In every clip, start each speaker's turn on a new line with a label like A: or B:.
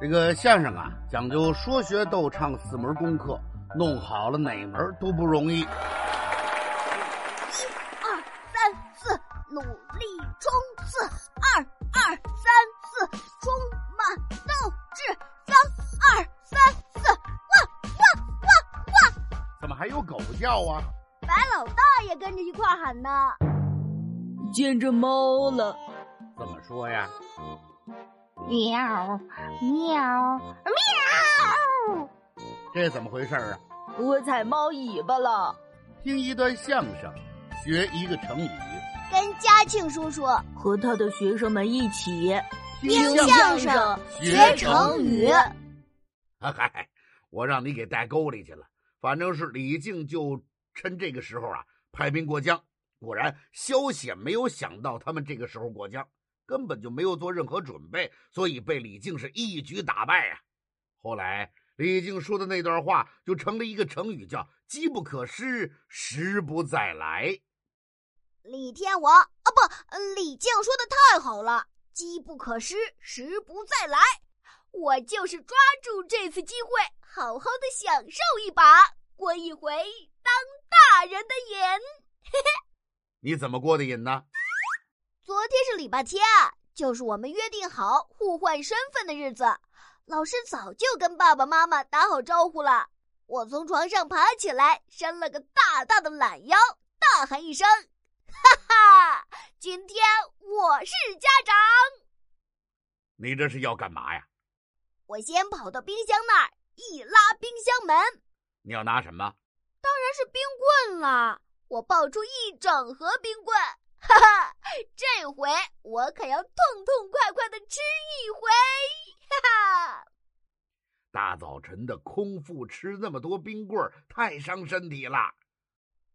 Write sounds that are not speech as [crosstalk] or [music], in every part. A: 这个相声啊，讲究说学逗唱四门功课，弄好了哪门都不容易。
B: 二三四，努力冲刺；二二三四，充满斗志；三二三四，汪汪汪汪！
A: 怎么还有狗叫啊？
B: 白老大也跟着一块儿喊呢。
C: 见着猫了，
A: 怎么说呀？
B: 喵喵喵！
A: 这怎么回事儿啊？
C: 我踩猫尾巴了。
A: 听一段相声，学一个成语，
B: 跟嘉庆叔叔
C: 和他的学生们一起
B: 听
A: 声
B: 相声
A: 学成
B: 语。
A: 嗨，我让你给带沟里去了。反正是李靖就趁这个时候啊，派兵过江。果然，萧显没有想到他们这个时候过江，根本就没有做任何准备，所以被李靖是一举打败啊。后来，李靖说的那段话就成了一个成语，叫“机不可失，时不再来
B: 李天王啊，不，李靖说的太好了，机不可失，时不再来。我就是抓住这次机会，好好的享受一把，过一回当大人的瘾。”。
A: 你怎么过的瘾呢？
B: 昨天是礼拜天，就是我们约定好互换身份的日子。老师早就跟爸爸妈妈打好招呼了。我从床上爬起来，伸了个大大的懒腰，大喊一声：“哈哈！今天我是家长！”
A: 你这是要干嘛呀？
B: 我先跑到冰箱那儿，一拉冰箱门，当
A: 你要拿什么？
B: 然是冰棍啦！我抱出一整盒冰棍，哈哈！这回我可要痛痛快快的吃一回，哈哈！
A: 大早晨的空腹吃那么多冰棍儿，太伤身体了。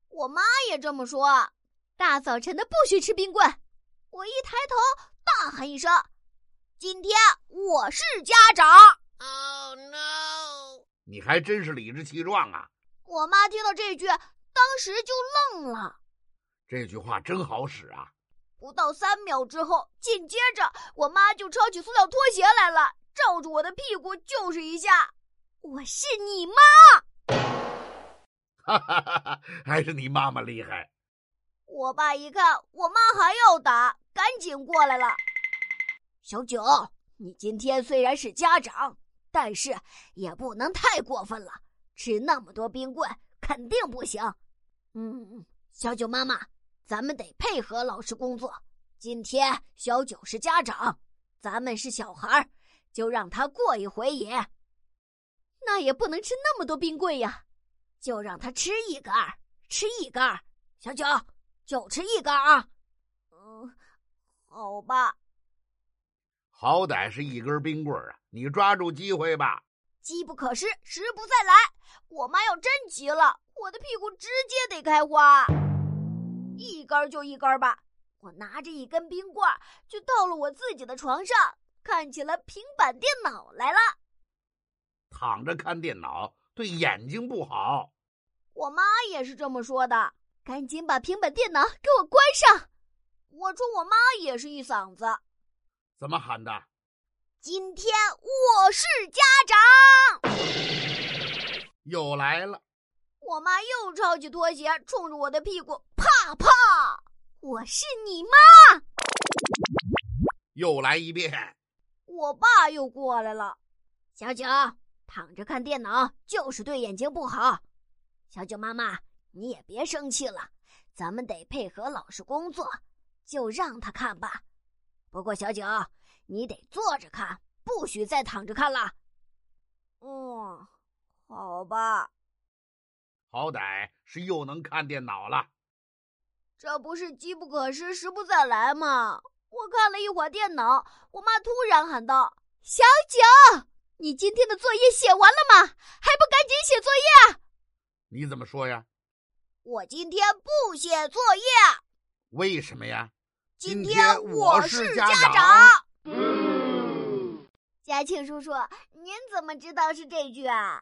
B: 我妈也这么说，大早晨的不许吃冰棍。我一抬头大喊一声：“今天我是家长！” Oh no！
A: 你还真是理直气壮啊！
B: 我妈听到这句，当时就愣了。
A: 这句话真好使啊！ [laughs]
B: 不到三秒之后，紧接着我妈就抄起塑料拖鞋来了，照着我的屁股就是一下。我是你妈！
A: 哈哈哈哈，还是你妈妈厉害。
B: 我爸一看我妈还要打，赶紧过来了。小九，你今天虽然是家长，但是也不能太过分了，吃那么多冰棍肯定不行。嗯，小九妈妈，咱们得配合老师工作。今天小九是家长，咱们是小孩儿，就让他过一回瘾。那也不能吃那么多冰棍呀，就让他吃一根儿，吃一根儿。小九，就吃一根啊。嗯，好吧，
A: 好歹是一根冰棍儿啊，你抓住机会吧。
B: 机不可失，时不再来。我妈要真急了，我的屁股直接得开花。一根儿就一根儿吧，我拿着一根冰棍儿就到了我自己的床上，看起来平板电脑来了。
A: 躺着看电脑对眼睛不好。
B: 我妈也是这么说的。赶紧把平板电脑给我关上！我冲我妈也是一嗓子。
A: 怎么喊的？
B: 今天我是家长，
A: 又来了，
B: 我妈又抄起拖鞋冲着我的屁股啪啪。我是你妈！
A: 又来一遍。
B: 我爸又过来了。小九，躺着看电脑就是对眼睛不好。小九妈妈，你也别生气了，咱们得配合老师工作，就让他看吧。不过小九，你得坐着看，不许再躺着看了。嗯，好吧，
A: 好歹是又能看电脑了。
B: 这不是机不可失，时不再来吗？我看了一会儿电脑，我妈突然喊道：“小九，你今天的作业写完了吗？还不赶紧写作业！”
A: 你怎么说呀？
B: 我今天不写作业。
A: 为什么呀？
B: 今
A: 天
B: 我
A: 是
B: 家
A: 长。
B: 嘉庆叔叔，您怎么知道是这句啊？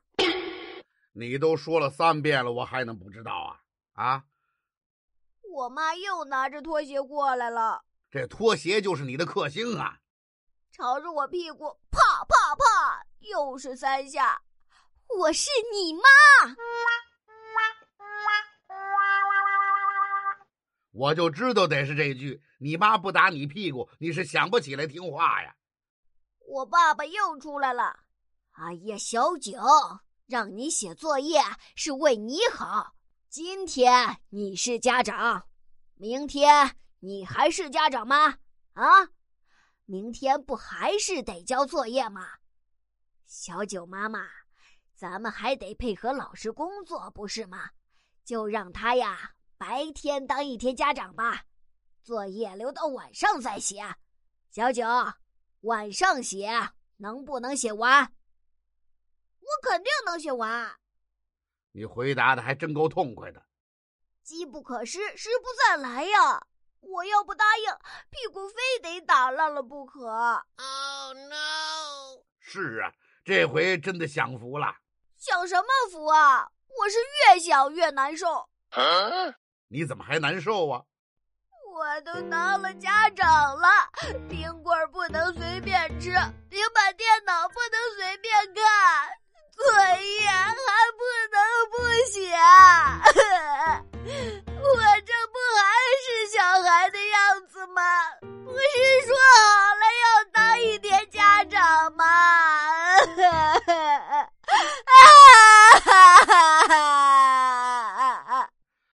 A: 你都说了三遍了，我还能不知道啊？啊，
B: 我妈又拿着拖鞋过来了，
A: 这拖鞋就是你的克星啊！
B: 朝着我屁股啪啪啪五十三下，我是你妈。
A: 我就知道得是这句。你妈不打你屁股，你是想不起来听话呀。
B: 我爸爸又出来了。哎呀，小九，让你写作业是为你好。今天你是家长，明天你还是家长吗？啊，明天不还是得交作业吗？小九妈妈，咱们还得配合老师工作，不是吗？就让他呀白天当一天家长吧，作业留到晚上再写。小九，晚上写能不能写完？我肯定能写完。
A: 你回答的还真够痛快的。
B: 机不可失，失不再来呀！我要不答应，屁股非得打烂了不可。Oh no！
A: 是啊，这回真的享福了。
B: 享什么福啊？我是越想越难受。
A: 你怎么还难受啊？
B: 我都当了家长了，冰棍儿不能随便吃，平板电脑不能随便看，作业 [laughs] [laughs]